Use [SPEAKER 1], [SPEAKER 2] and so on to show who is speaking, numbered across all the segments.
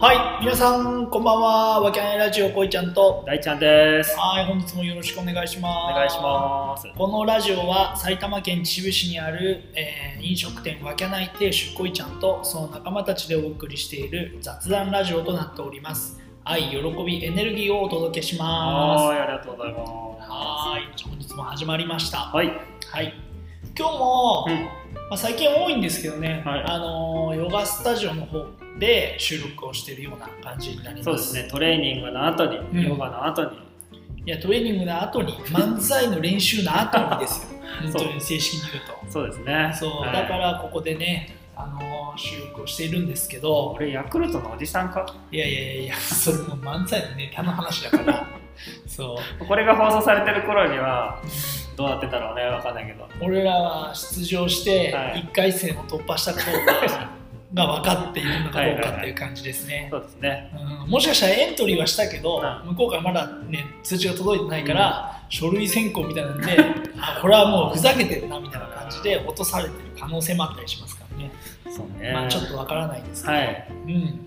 [SPEAKER 1] はい、皆さん、こんばんは。わけあいラジオ、こいちゃんと。
[SPEAKER 2] 大ちゃんです。
[SPEAKER 1] はい、本日もよろしくお願いし
[SPEAKER 2] お
[SPEAKER 1] ます。
[SPEAKER 2] 願いします。
[SPEAKER 1] このラジオは埼玉県秩父市にある、えー飲食店わけない亭主こいちゃんとその仲間たちでお送りしている雑談ラジオとなっております愛喜びエネルギーをお届けしま
[SPEAKER 2] はい、ありがとうございます
[SPEAKER 1] す。はい本日も始まりました
[SPEAKER 2] はい。
[SPEAKER 1] はい今日も、
[SPEAKER 2] うん。
[SPEAKER 1] まあ、最近多いんですけどね、
[SPEAKER 2] はい
[SPEAKER 1] あのーヨガスタジオの方で収録をしているような感じになります
[SPEAKER 2] そうですね、トレーニングの後に、
[SPEAKER 1] ん
[SPEAKER 2] ヨガの後に、
[SPEAKER 1] いやトレーニングの後 に漫才の練習の後にですよ本当に正式に言うと
[SPEAKER 2] そうですね。
[SPEAKER 1] そう、
[SPEAKER 2] はい
[SPEAKER 1] だからここでね、あのー収録をしているんですけど、
[SPEAKER 2] 俺、ヤクルトのおじさんか
[SPEAKER 1] いやいやいやいや、それも漫才のネタの話だ から、そう、
[SPEAKER 2] これが放送されてる頃には、どうなってたろうね、わかんないけど。
[SPEAKER 1] 俺らは出場して
[SPEAKER 2] はい
[SPEAKER 1] 1回戦を突破したこと がが分かっているのかどうかっていう感じですね。
[SPEAKER 2] そうですね。
[SPEAKER 1] うんもしかしたらエントリーはしたけど、
[SPEAKER 2] う
[SPEAKER 1] 向こうからまだね通知が届いてないから、書類選考みたいなん であこれはもうふざけてるなみたいな感じで落とされてる可能性もあったりしますからね、
[SPEAKER 2] そうね。
[SPEAKER 1] まあちょっとわからないですけど、
[SPEAKER 2] はい。
[SPEAKER 1] うん、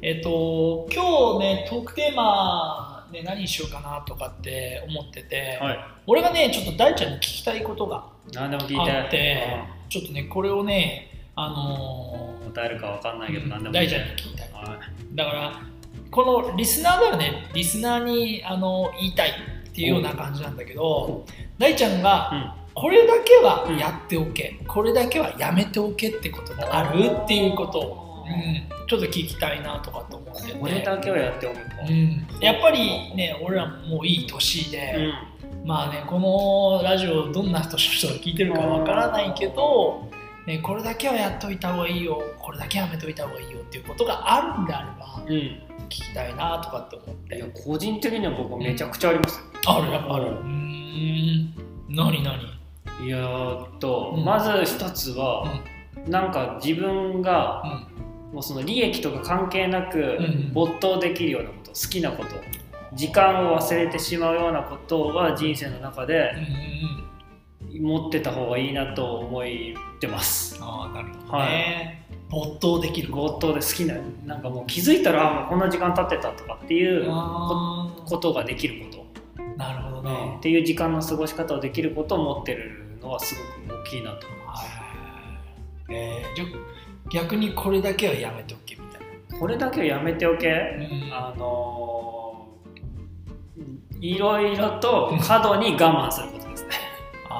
[SPEAKER 1] えっ、と今日ねトークテーマ、ね、何にしようかなとかって思ってて、
[SPEAKER 2] は
[SPEAKER 1] 俺がねちょっと大ちゃんに聞きたいことが
[SPEAKER 2] い。何でも聞いて。
[SPEAKER 1] あってちょっとねこれをねあの
[SPEAKER 2] うん答えるかわかんないけど、何で
[SPEAKER 1] ー、
[SPEAKER 2] も聞
[SPEAKER 1] 大
[SPEAKER 2] い
[SPEAKER 1] ち
[SPEAKER 2] て。
[SPEAKER 1] ゃんに聞きたい
[SPEAKER 2] は
[SPEAKER 1] だからこのリスナーだよねリスナーにあの言いたいっていうような感じなんだけど大ちゃんがこれだけはやっておけ、これだけはやめておけってことってあるっていうことを、うん、ちょっと聞きたいなとかと思ってて
[SPEAKER 2] うん。これだけはやっておくか。
[SPEAKER 1] うん、やっぱりね俺らももういい年で、まあねこのラジオどんな年の人が聞いてるかわからないけど、ね、これだけはやっといた方がいいよこれだけはやめといた方がいいよっていうことがあるんであれば
[SPEAKER 2] うん。うん
[SPEAKER 1] 聞きたいなとかって思っ
[SPEAKER 2] いや
[SPEAKER 1] て
[SPEAKER 2] 個人的には僕めちゃくちゃありますよ、
[SPEAKER 1] あるやっぱあるう
[SPEAKER 2] う
[SPEAKER 1] ーん何何
[SPEAKER 2] いやーっと、
[SPEAKER 1] うん
[SPEAKER 2] まず一つは、なんか自分が
[SPEAKER 1] うん
[SPEAKER 2] もうその利益とか関係なく
[SPEAKER 1] ん
[SPEAKER 2] 没頭できるようなこと好きなこと時間を忘れてしまうようなことは人生の中
[SPEAKER 1] う
[SPEAKER 2] で
[SPEAKER 1] んうん
[SPEAKER 2] 持ってた方がいいなと思ってます
[SPEAKER 1] ああなるほど
[SPEAKER 2] はい
[SPEAKER 1] ね、没頭できる
[SPEAKER 2] 没頭で好きななんかもう気づいたらあもうこんな時間経ってたとかっていうこ
[SPEAKER 1] あー
[SPEAKER 2] ことができること
[SPEAKER 1] なるほどね、
[SPEAKER 2] っていう時間の過ごし方をできることを持ってるのはすごく大きいなと思います
[SPEAKER 1] はいえー、じゃあ逆にこれだけはやめておけみたい
[SPEAKER 2] これだけはやめておけ、
[SPEAKER 1] な、
[SPEAKER 2] あのーいろいろと過度に我慢することですね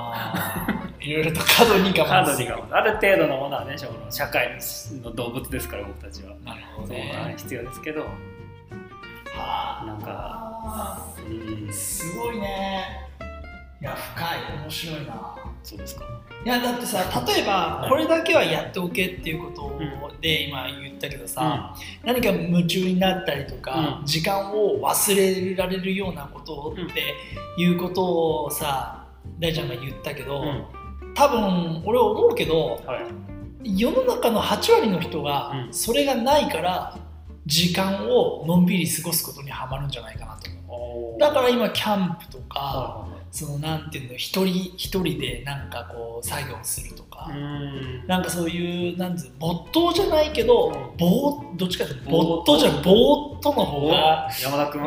[SPEAKER 1] あーいろいろと過度に
[SPEAKER 2] 過
[SPEAKER 1] 我慢
[SPEAKER 2] 度
[SPEAKER 1] す
[SPEAKER 2] に
[SPEAKER 1] る
[SPEAKER 2] 我慢ある程度のものはねその社会の動物ですから僕たちは、
[SPEAKER 1] なるほど
[SPEAKER 2] そう
[SPEAKER 1] ね
[SPEAKER 2] 必要ですけど
[SPEAKER 1] はあ
[SPEAKER 2] なんか
[SPEAKER 1] あ
[SPEAKER 2] うん
[SPEAKER 1] ーすごいねいや深い面白いな
[SPEAKER 2] そうですか
[SPEAKER 1] いやだってさ例えばこれだけはやっておけっていうことで今言ったけどさ、何か夢中になったりとか、
[SPEAKER 2] うん
[SPEAKER 1] 時間を忘れられるようなことっていうことをさ大ちゃんが言ったけ
[SPEAKER 2] う
[SPEAKER 1] ど、
[SPEAKER 2] ん、
[SPEAKER 1] 多分俺思うけど
[SPEAKER 2] はい
[SPEAKER 1] 世の中の8割の人が
[SPEAKER 2] うん
[SPEAKER 1] それがないから時間をのんびり過ごすことにはまるんじゃないかなと思うだから今キャンプとか、そのなんていうの一人一人でなんかこう作業するとか、
[SPEAKER 2] うん
[SPEAKER 1] なんかそういうなんつう没頭じゃないけど、
[SPEAKER 2] うん
[SPEAKER 1] ぼーどっちかというと
[SPEAKER 2] ぼー
[SPEAKER 1] 没頭じゃないぼーっとの方が
[SPEAKER 2] 山田君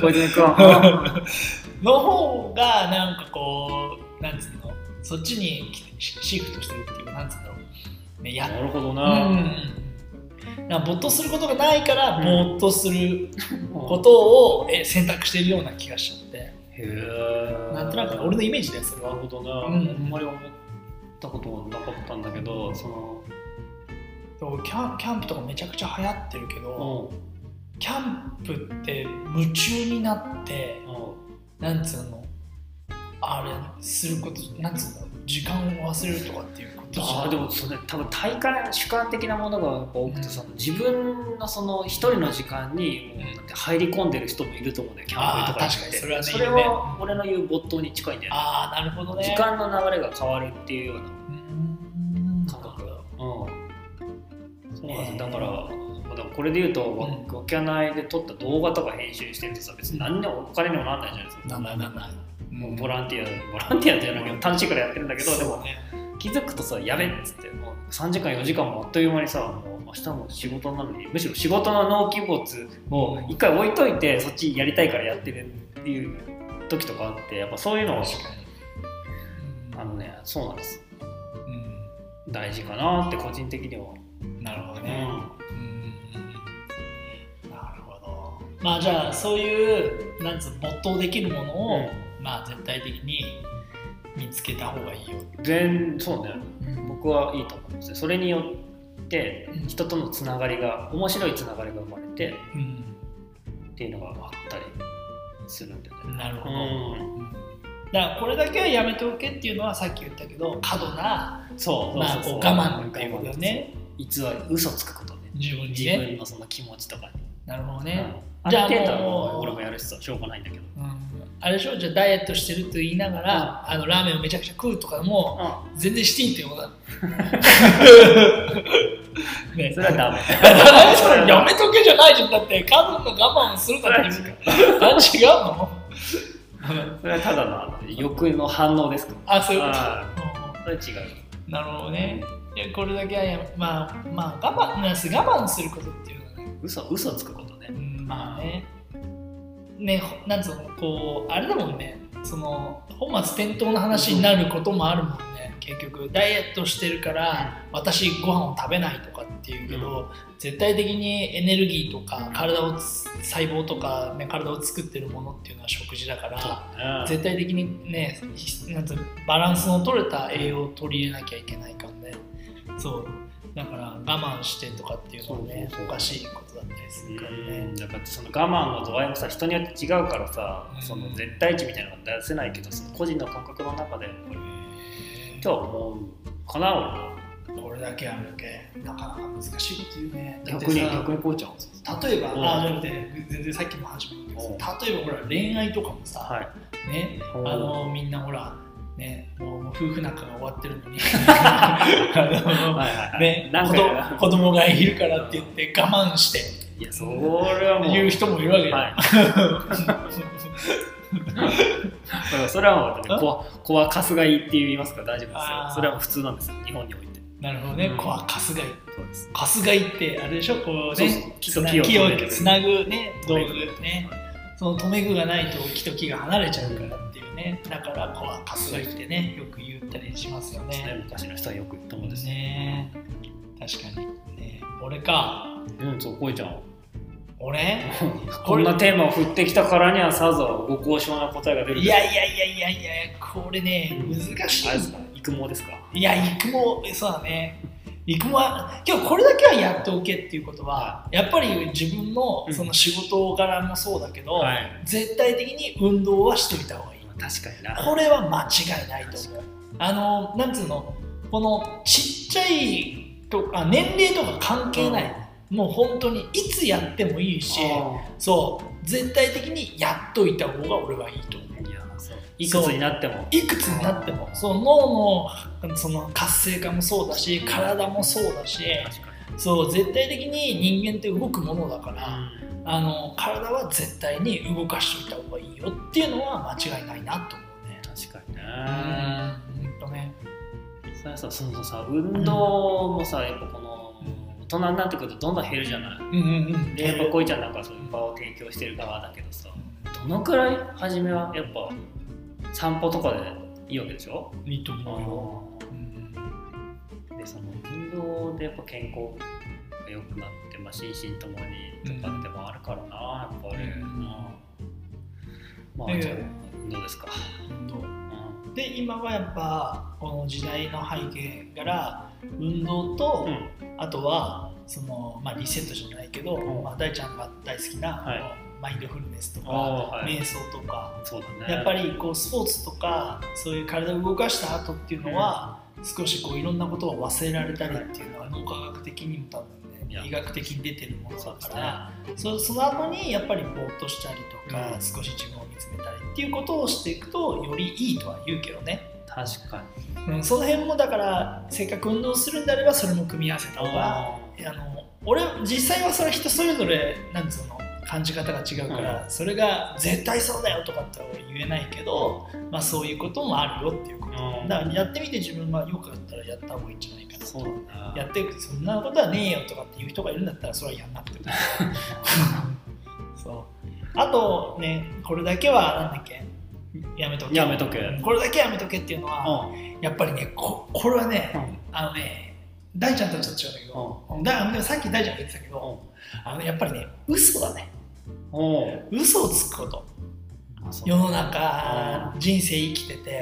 [SPEAKER 2] 小泉君は
[SPEAKER 1] の方がなんかこうなんつうのそっちにシシフトしてるっていうかなんつうんだろう、ね、や
[SPEAKER 2] なるほど
[SPEAKER 1] う
[SPEAKER 2] な、
[SPEAKER 1] んなんか没頭することがないから、
[SPEAKER 2] うん
[SPEAKER 1] ぼーっとするこ
[SPEAKER 2] こと
[SPEAKER 1] をえ選択してるような気がしちゃって、
[SPEAKER 2] へえ
[SPEAKER 1] なんとなく俺のイメージだよそれ
[SPEAKER 2] なる
[SPEAKER 1] は。
[SPEAKER 2] ほどな、
[SPEAKER 1] うん
[SPEAKER 2] あんまり思ったことはなかったんだけどそ
[SPEAKER 1] でもキャンキャンプとかめちゃくちゃ流行ってるけど、
[SPEAKER 2] の
[SPEAKER 1] キャンプって夢中になって
[SPEAKER 2] うんうん
[SPEAKER 1] なんつうのあれすることなんつうの時間を忘れるとかっていうこと
[SPEAKER 2] あーでもそれ多分体感主観的なものがやっぱ多くてさ、自分のその一人の時間に
[SPEAKER 1] うん
[SPEAKER 2] なんか入り込んでる人もいると思うんだよキャンプとか
[SPEAKER 1] あー
[SPEAKER 2] に
[SPEAKER 1] 確
[SPEAKER 2] 行っ
[SPEAKER 1] かに
[SPEAKER 2] て
[SPEAKER 1] それはね
[SPEAKER 2] それ
[SPEAKER 1] いるね
[SPEAKER 2] は俺の言う没頭に近いんだよね
[SPEAKER 1] ああなるほどね
[SPEAKER 2] 時間の流れが変わるっていうような
[SPEAKER 1] うーん
[SPEAKER 2] 感覚だうんそうなんです
[SPEAKER 1] へー
[SPEAKER 2] よだからまあでもこれで言うと、わ
[SPEAKER 1] うん
[SPEAKER 2] わけないで撮った動画とか編集してるとさ別に何でもお金にもなんないじゃないですか
[SPEAKER 1] なんだなんだ
[SPEAKER 2] もうボランティアボランティアじゃないけど短時間でやってるんだけどでも
[SPEAKER 1] ね
[SPEAKER 2] 気づくとさやべっつってもう3時間4時間もあっという間にさもう明日も仕事なのにむしろ仕事の納期没を一回置いといてそっちやりたいからやってるっていう時とかあってやっぱそういうのは
[SPEAKER 1] 確かに
[SPEAKER 2] あのねそうなんです
[SPEAKER 1] う
[SPEAKER 2] 大事かなって個人的には、
[SPEAKER 1] んなるほど
[SPEAKER 2] う
[SPEAKER 1] ね、
[SPEAKER 2] ん、
[SPEAKER 1] うんうん、なるほどまあじゃあそういうなんつう没頭できるものを、まあ絶対的に見つけた方がいいよ、
[SPEAKER 2] 全そうね
[SPEAKER 1] うん
[SPEAKER 2] 僕はいいと思いますねそれによって
[SPEAKER 1] うん
[SPEAKER 2] 人とのつながりが面白いつながりが生まれて
[SPEAKER 1] うん、
[SPEAKER 2] っていうのがあったりするんだよね
[SPEAKER 1] なるほ
[SPEAKER 2] う
[SPEAKER 1] ど、だからこれだけはやめておけっていうのはさっき言ったけど過度なん
[SPEAKER 2] そう
[SPEAKER 1] まあ
[SPEAKER 2] そうそ
[SPEAKER 1] こ
[SPEAKER 2] う
[SPEAKER 1] う我慢っていうことだよね
[SPEAKER 2] 偽り嘘つくことね
[SPEAKER 1] 自分に
[SPEAKER 2] 自
[SPEAKER 1] ね
[SPEAKER 2] 分のその気持ちとかに、
[SPEAKER 1] なるほど
[SPEAKER 2] う
[SPEAKER 1] ね、
[SPEAKER 2] ん、あ
[SPEAKER 1] じ
[SPEAKER 2] る
[SPEAKER 1] ゃあ
[SPEAKER 2] 程度は
[SPEAKER 1] もう
[SPEAKER 2] もう俺もやるしさしょうがないんだけど
[SPEAKER 1] うんあれでしょじゃあダイエットしてると言いながら、あのラーメンをめちゃくちゃ食うとかも
[SPEAKER 2] う
[SPEAKER 1] 全然していいっていうこと だね
[SPEAKER 2] んそれはダメ
[SPEAKER 1] それやめとけじゃないじゃんだって家族の我慢をするからっていう あ違うの
[SPEAKER 2] それはただのあの欲の反応ですか
[SPEAKER 1] あそういうこ
[SPEAKER 2] あ
[SPEAKER 1] と
[SPEAKER 2] それは違う
[SPEAKER 1] うんなるほどねいやこれだけはやめまあまあ我慢なんせ我慢することっていうのはね,、
[SPEAKER 2] 嘘嘘つくことね
[SPEAKER 1] うん、まあねねほなんつうのこうあれだもんねその本末転倒の話になることもあるもんね結局ダイエットしてるから私ご飯を食べないとかっていうけど、絶対的にエネルギーとか体をつ細胞とか、ね、体を作ってるものっていうのは食事だから、
[SPEAKER 2] うん
[SPEAKER 1] 絶対的にねひなんつうのバランスの取れた栄養を取り入れなきゃいけないからねそうだから我慢してとかっていうのはね
[SPEAKER 2] そうそうそう
[SPEAKER 1] おかしいことだったりするからね
[SPEAKER 2] うんやっぱその我慢の度合いもさ人によって違うからさ、
[SPEAKER 1] うん
[SPEAKER 2] その絶対値みたいなのが出せないけどその個人の感覚の中でとは思うかな俺は
[SPEAKER 1] これだけあるだけなかなか難しいこと言うねだって
[SPEAKER 2] 逆に
[SPEAKER 1] さ
[SPEAKER 2] 逆にこうちゃうんですよ
[SPEAKER 1] 例えば
[SPEAKER 2] うん
[SPEAKER 1] あじゃなくて全然さっきの話もそうだけど例えばほら恋愛とかもさ、
[SPEAKER 2] はい
[SPEAKER 1] ねあ
[SPEAKER 2] うん
[SPEAKER 1] のみんなほらねもうもう夫婦仲が終わってるの にあの
[SPEAKER 2] はいはいはい
[SPEAKER 1] ね、
[SPEAKER 2] なん
[SPEAKER 1] 子
[SPEAKER 2] かや
[SPEAKER 1] 供子供がいるからって言って我慢して
[SPEAKER 2] いやそれはもう
[SPEAKER 1] 言う人もいるわけだよ、
[SPEAKER 2] はいだからそれはもうだって子は子はカスがいいって言いますから大丈夫ですよ
[SPEAKER 1] あー
[SPEAKER 2] それはもう普通なんですよ日本において
[SPEAKER 1] なるほどね、
[SPEAKER 2] うん
[SPEAKER 1] こうはカスガイ
[SPEAKER 2] そうです
[SPEAKER 1] カスガイってあれでしょこう
[SPEAKER 2] そう
[SPEAKER 1] ね
[SPEAKER 2] そう木
[SPEAKER 1] つ
[SPEAKER 2] と
[SPEAKER 1] な
[SPEAKER 2] 木を
[SPEAKER 1] 木を
[SPEAKER 2] 止める
[SPEAKER 1] つなぐね道具ねその留め具がないと木と木が離れちゃうからっていうねだからこうはカスガイってねよく言ったりしますよ
[SPEAKER 2] そうですね
[SPEAKER 1] ね
[SPEAKER 2] 昔の人はよく言ったも
[SPEAKER 1] そ
[SPEAKER 2] ん
[SPEAKER 1] う
[SPEAKER 2] で
[SPEAKER 1] ですす
[SPEAKER 2] ね
[SPEAKER 1] ね確かにね俺か
[SPEAKER 2] うんそうこうちゃん
[SPEAKER 1] 俺
[SPEAKER 2] こんなテーマを振ってきたからにはさぞご高尚な答えが出る
[SPEAKER 1] いやいやいやいやいやこれね難しい
[SPEAKER 2] あ
[SPEAKER 1] ん
[SPEAKER 2] れ
[SPEAKER 1] で
[SPEAKER 2] ですすか育毛ですか
[SPEAKER 1] いや、育毛、そうだね。育毛は、今日これだけはやっておけっていうことは、やっぱり自分の
[SPEAKER 2] うん
[SPEAKER 1] その仕事柄もそうだけど、
[SPEAKER 2] い
[SPEAKER 1] 絶対的に運動はしといた方がいい。
[SPEAKER 2] 確かにな
[SPEAKER 1] これは間違いないと思う。あの、なんつうの、このちっちゃいとあ年齢とか関係ない。もう本当にいつやってもいいし、そう、絶対的にやっといた方が俺はいいと思う。
[SPEAKER 2] いやそういくつになっても
[SPEAKER 1] いくつになってもその脳のその活性化もそうだし体もそうだし
[SPEAKER 2] 確か
[SPEAKER 1] そう絶対的に人間って動くものだから、
[SPEAKER 2] に
[SPEAKER 1] あの体は絶対に動かしておいた方がいいよっていうのは間違いないなと思うね。
[SPEAKER 2] 確かに
[SPEAKER 1] うん
[SPEAKER 2] ね
[SPEAKER 1] ほんとね
[SPEAKER 2] それさそのさ運動もさやっぱこの大人になってくるとどんどん減るじゃない
[SPEAKER 1] うんうんうん
[SPEAKER 2] でやっぱこいちゃんなんかそういう場を提供してる側だけどさどのくらい初めはやっぱ散歩とかでいいわけでしょ
[SPEAKER 1] いいと思うよ。うん
[SPEAKER 2] でその運動でやっぱ健康が良くなって、まあ、心身ともにとかでもあるからな、やっぱり、
[SPEAKER 1] うん
[SPEAKER 2] まあ
[SPEAKER 1] で
[SPEAKER 2] じゃあ運動ですか、
[SPEAKER 1] 運動
[SPEAKER 2] う
[SPEAKER 1] で今はやっぱこの時代の背景から運動と、
[SPEAKER 2] ん
[SPEAKER 1] あとはその、まあ、リセットじゃないけど、
[SPEAKER 2] ん
[SPEAKER 1] まあ、大ちゃんが大好きな、
[SPEAKER 2] はい
[SPEAKER 1] あのマインドフルネスと
[SPEAKER 2] あ
[SPEAKER 1] か、
[SPEAKER 2] あはい
[SPEAKER 1] 瞑想とか
[SPEAKER 2] そうだね
[SPEAKER 1] やっぱりこうスポーツとかそういう体を動かした後っていうのは、少しこういろんなことを忘れられたりっていうのは脳科学的にも多分
[SPEAKER 2] い
[SPEAKER 1] ね
[SPEAKER 2] や
[SPEAKER 1] 医学的に出てるものだ
[SPEAKER 2] そうで
[SPEAKER 1] か
[SPEAKER 2] すね
[SPEAKER 1] らそその後にやっぱりぼーっとしたりとか、
[SPEAKER 2] うん
[SPEAKER 1] 少し自分を見つめたりっていうことをしていくとよりいいとは言うけどね。
[SPEAKER 2] 確かに
[SPEAKER 1] うん、その辺もだからせっかく運動するんであればそれも組み合わせた方があの俺実際はそれ人それぞれなんつうの感じ方が違うから、それが絶対そうだよとかっては言えないけど、まあ、そういうこともあるよっていうこと
[SPEAKER 2] うん
[SPEAKER 1] だからやってみて自分が良かったらやった方がいいんじゃないかな
[SPEAKER 2] そうだな
[SPEAKER 1] やってそんなことはねえよとかっていう人がいるんだったらそれはやんなくてもそうあとねこれだけはなんだっけやめとけ
[SPEAKER 2] やめとけ
[SPEAKER 1] これだけはやめとけっていうのは、
[SPEAKER 2] う
[SPEAKER 1] やっぱりねここれはね、
[SPEAKER 2] んうん
[SPEAKER 1] あのね大ちゃんたちと違うんだけど、だでもさっき大ちゃんが言ってたけど、あのやっぱりね嘘だね
[SPEAKER 2] おう
[SPEAKER 1] 嘘をつくこと
[SPEAKER 2] まあそう
[SPEAKER 1] 世の中、人生生きてて、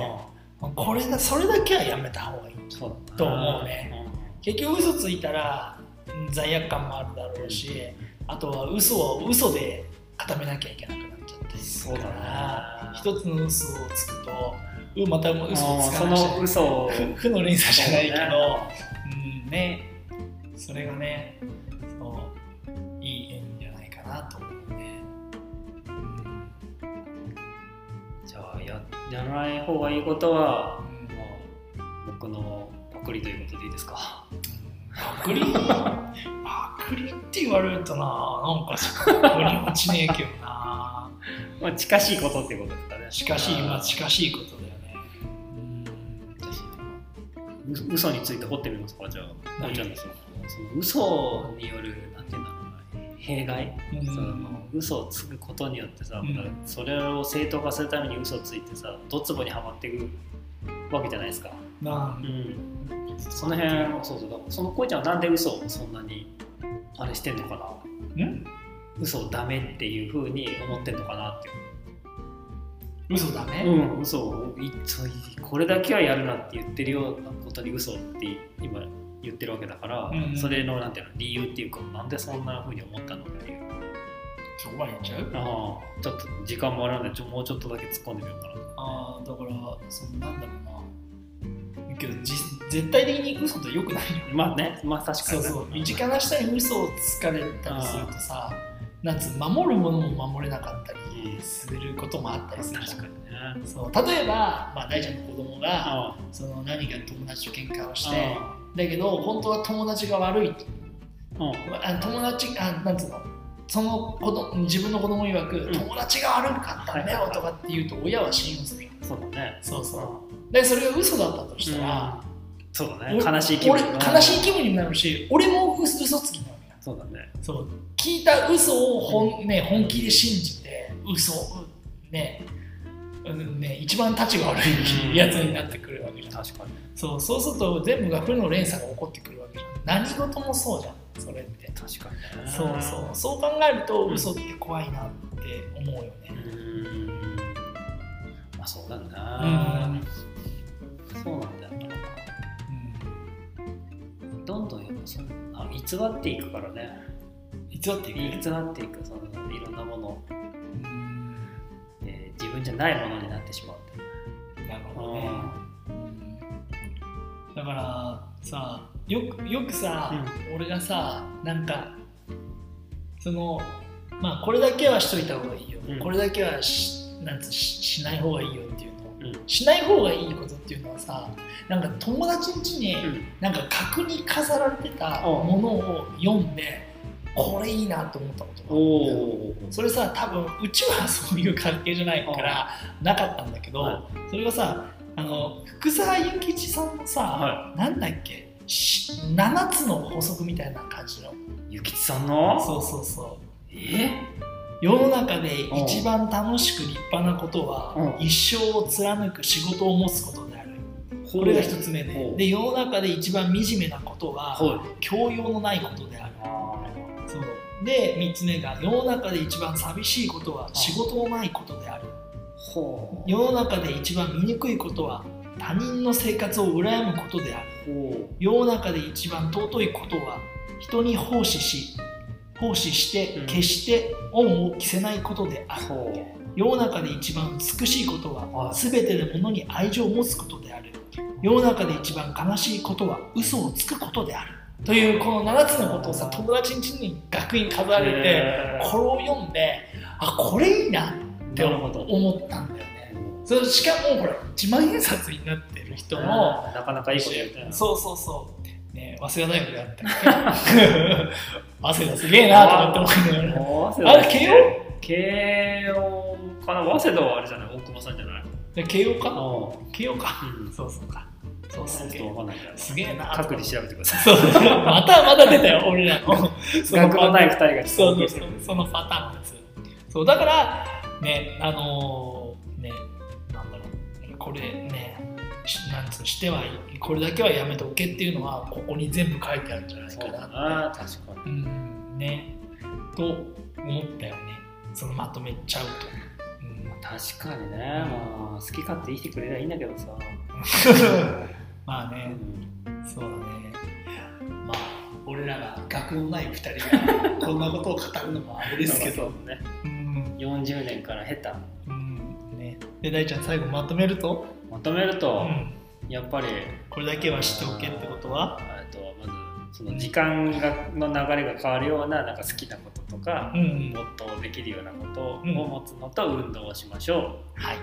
[SPEAKER 1] これだそれだけはやめた方がいい
[SPEAKER 2] うんそうだな
[SPEAKER 1] と思うね結局嘘ついたらうん罪悪感もあるだろうし、あとは嘘を嘘で固めなきゃいけなくなっちゃったりす
[SPEAKER 2] そう
[SPEAKER 1] る
[SPEAKER 2] だ
[SPEAKER 1] から
[SPEAKER 2] な
[SPEAKER 1] 一つの嘘をつくとうまた嘘
[SPEAKER 2] うん
[SPEAKER 1] をつか
[SPEAKER 2] そ
[SPEAKER 1] なくちゃいけな
[SPEAKER 2] の
[SPEAKER 1] い
[SPEAKER 2] 嘘を
[SPEAKER 1] ふ負の連鎖じゃないけど、うんね、それがねそういいんじゃないかなと思うね。うん
[SPEAKER 2] じゃあややらない方がいいことは
[SPEAKER 1] う
[SPEAKER 2] も
[SPEAKER 1] ん
[SPEAKER 2] う僕のパクリということでいいですか
[SPEAKER 1] パクリパクリって言われるとな、なんかそこに落ちねえけどな。
[SPEAKER 2] まあ近しいことっていうことですかね
[SPEAKER 1] しかし、今、
[SPEAKER 2] し
[SPEAKER 1] 近しいことだよね。
[SPEAKER 2] 嘘について掘ってみますかじゃあ
[SPEAKER 1] はい
[SPEAKER 2] 大ちゃんのそのその嘘によるなんていうんだろうな弊害、
[SPEAKER 1] うん
[SPEAKER 2] その嘘をつくことによってさ、
[SPEAKER 1] うん
[SPEAKER 2] またそれを正当化するために嘘をついてさドツボにはまっていくわけじゃないですか、
[SPEAKER 1] な
[SPEAKER 2] うん、その辺そうそうだからそのこいちゃんはなんで嘘をそんなにあれしてんのかなん
[SPEAKER 1] ん
[SPEAKER 2] 嘘をダメっていうふうに思ってんのかなっていう
[SPEAKER 1] 嘘だ
[SPEAKER 2] う
[SPEAKER 1] ね。
[SPEAKER 2] ん、嘘をいそういこれだけはやるなって言ってるようなことに嘘って今言ってるわけだから、
[SPEAKER 1] うんうん
[SPEAKER 2] それのなんていうの理由っていうかなんでそんな風に思ったのっていう
[SPEAKER 1] そこまでいっちゃう
[SPEAKER 2] ああちょっと時間もあれなんでちょもうちょっとだけ突っ込んでみようかな
[SPEAKER 1] ああだからそのなんだろうなけどじ絶対的に嘘ってよくないよ
[SPEAKER 2] まあねまあ確か
[SPEAKER 1] そ
[SPEAKER 2] に
[SPEAKER 1] う
[SPEAKER 2] ね
[SPEAKER 1] そう身近な人に嘘をつかれたりするとさなんつう守るものも守れなかったりすることもあったりするじゃ
[SPEAKER 2] 確
[SPEAKER 1] ん
[SPEAKER 2] かにね
[SPEAKER 1] そう例えば、まあ、大ちゃんの子供が
[SPEAKER 2] あ
[SPEAKER 1] その何か友達と喧嘩をし
[SPEAKER 2] あ
[SPEAKER 1] てだけど本当は友達が悪いと
[SPEAKER 2] うんうん
[SPEAKER 1] あ友達あなんつうのその子供自分の子供曰く、
[SPEAKER 2] うん
[SPEAKER 1] 友達が悪かったんだよとかって言うと親は信用するよ
[SPEAKER 2] そうだね
[SPEAKER 1] そうそうでそれが嘘だったとしたら、
[SPEAKER 2] うんそうだね
[SPEAKER 1] 俺
[SPEAKER 2] 悲しい気分
[SPEAKER 1] 俺悲しい気分にもなるし俺も嘘嘘つきになるよ
[SPEAKER 2] そうだね
[SPEAKER 1] そう聞いた嘘を本,、ね、本気で信じて嘘をね,、うん、ね一番立ちが悪
[SPEAKER 2] うん
[SPEAKER 1] いやつになってくるわけじゃん、
[SPEAKER 2] 確かに
[SPEAKER 1] そうそうすると全部が負の連鎖が起こってくるわけじゃん何事もそうじゃんそれって
[SPEAKER 2] 確かにね
[SPEAKER 1] そうそうそう考えると
[SPEAKER 2] うん
[SPEAKER 1] 嘘って怖いなって思うよ
[SPEAKER 2] う
[SPEAKER 1] ね
[SPEAKER 2] ーんまあそうだ
[SPEAKER 1] う
[SPEAKER 2] な。
[SPEAKER 1] ん
[SPEAKER 2] そうなんだよな。どんどんやっぱそのあ偽っていくからね。
[SPEAKER 1] いつだって
[SPEAKER 2] 偽
[SPEAKER 1] いく
[SPEAKER 2] っていくそのいろんなもの、
[SPEAKER 1] うん
[SPEAKER 2] えー自分じゃないものになってしまうって。
[SPEAKER 1] なるほどねうんだからさよくよくさ、俺がさなんかそのまあこれだけはしといた方がいいよ、
[SPEAKER 2] うん
[SPEAKER 1] これだけはしなんつうししない方がいいよっていうの、
[SPEAKER 2] うん
[SPEAKER 1] しない方がいいことっていうのはさなんか友達ん家に
[SPEAKER 2] うん。
[SPEAKER 1] なんか格に飾られてた
[SPEAKER 2] うん
[SPEAKER 1] ものを読んで、これいいなと思ったことがある
[SPEAKER 2] おお。
[SPEAKER 1] それさ多分うちはそういう関係じゃないからなかったんだけど、
[SPEAKER 2] は
[SPEAKER 1] それがさあの福沢諭吉さんのさ、
[SPEAKER 2] は
[SPEAKER 1] なんだっけし7つの法則みたいな感じの
[SPEAKER 2] ゆきちさんの？
[SPEAKER 1] そうそうそう
[SPEAKER 2] え？
[SPEAKER 1] 世の中で一番楽しく立派なことは
[SPEAKER 2] うん
[SPEAKER 1] 一生を貫く仕事を持つことであるこれが一つ目で、
[SPEAKER 2] ほう
[SPEAKER 1] で世の中で一番惨めなことは
[SPEAKER 2] はい。
[SPEAKER 1] 教養のないことである
[SPEAKER 2] あ
[SPEAKER 1] そうで3つ目が世の中で一番寂しいことは仕事のないことである
[SPEAKER 2] ーほう。
[SPEAKER 1] 世の中で一番醜いことは他人の生活を羨むことである
[SPEAKER 2] ほう。
[SPEAKER 1] 世の中で一番尊いことは人に奉仕し奉仕して
[SPEAKER 2] うん
[SPEAKER 1] 決して恩を着せないことである、
[SPEAKER 2] ほ
[SPEAKER 1] 世の中で一番美しいことは
[SPEAKER 2] はい
[SPEAKER 1] 全てのものに愛情を持つことである世の中で一番悲しいことは嘘をつくことであるというこの7つのことをさ友達ん家に学院飾ら
[SPEAKER 2] う。
[SPEAKER 1] れて
[SPEAKER 2] へー
[SPEAKER 1] これを読んであこれいいなって
[SPEAKER 2] なるほど。
[SPEAKER 1] 思ったんだよねそれしかもほら一万円札になってる人の
[SPEAKER 2] なかなかいいことやったよ。
[SPEAKER 1] そうそうそうね、早稲田大学であったっ け早稲田すげえなとかって思いなが ら
[SPEAKER 2] あ
[SPEAKER 1] あれ慶応
[SPEAKER 2] 慶応かな早稲田はあれじゃない大久保さんじゃない
[SPEAKER 1] で慶応か
[SPEAKER 2] あ
[SPEAKER 1] 慶応か
[SPEAKER 2] うん
[SPEAKER 1] そうそうかそう
[SPEAKER 2] ち
[SPEAKER 1] す
[SPEAKER 2] ょっ
[SPEAKER 1] げ
[SPEAKER 2] と
[SPEAKER 1] え
[SPEAKER 2] わかんないから
[SPEAKER 1] すげえな
[SPEAKER 2] 各自調べてください
[SPEAKER 1] そうまたまた出た よ俺らのその
[SPEAKER 2] 学のない二人が
[SPEAKER 1] そうそうそうそのパターンのやつそうだからねあのーねなんだろうこれねしなんつうのしてはいこれだけはやめておけっていうのはここに全部書いてあるんじゃない
[SPEAKER 2] そ
[SPEAKER 1] か
[SPEAKER 2] うだ
[SPEAKER 1] な
[SPEAKER 2] な確かに
[SPEAKER 1] うんねと思ったよねそのまとめちゃうと、うん、
[SPEAKER 2] 確かにねまあ好き勝手生きてくれりゃいいんだけどさ
[SPEAKER 1] まあ
[SPEAKER 2] う
[SPEAKER 1] ね
[SPEAKER 2] ん
[SPEAKER 1] そうだねまあ俺らが学のない2人がこんなことを語るのもあれですけど
[SPEAKER 2] まあそうね
[SPEAKER 1] うん
[SPEAKER 2] 40年から下手
[SPEAKER 1] うんね、で大ちゃん最後まとめると、
[SPEAKER 2] まとめる
[SPEAKER 1] う
[SPEAKER 2] と
[SPEAKER 1] ん、
[SPEAKER 2] やっぱり
[SPEAKER 1] これだけは知っておけってことは、
[SPEAKER 2] えっとまずその時間がの流れが変わるようななんか好きなこととか
[SPEAKER 1] う、ん
[SPEAKER 2] もっとできるようなことを
[SPEAKER 1] うん
[SPEAKER 2] 持つのと運動をしましょ、
[SPEAKER 1] はい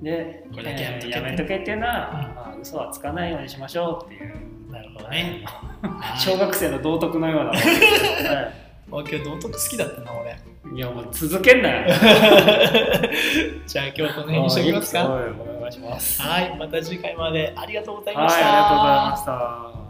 [SPEAKER 1] う
[SPEAKER 2] で
[SPEAKER 1] これだけやっとけ
[SPEAKER 2] えーやめとけっていうのは、
[SPEAKER 1] うん
[SPEAKER 2] まあ、嘘はつかないようにしましょうっていう、
[SPEAKER 1] なるほどね、はい
[SPEAKER 2] 小学生の道徳のよう な、は
[SPEAKER 1] あ今日道徳好きだったな 俺
[SPEAKER 2] い、いやもう続けんなよ
[SPEAKER 1] じゃあ今日この辺にしときますか
[SPEAKER 2] はいお願いします
[SPEAKER 1] はいまた次回までありがとうござい
[SPEAKER 2] はい
[SPEAKER 1] ました、
[SPEAKER 2] ありがとうございました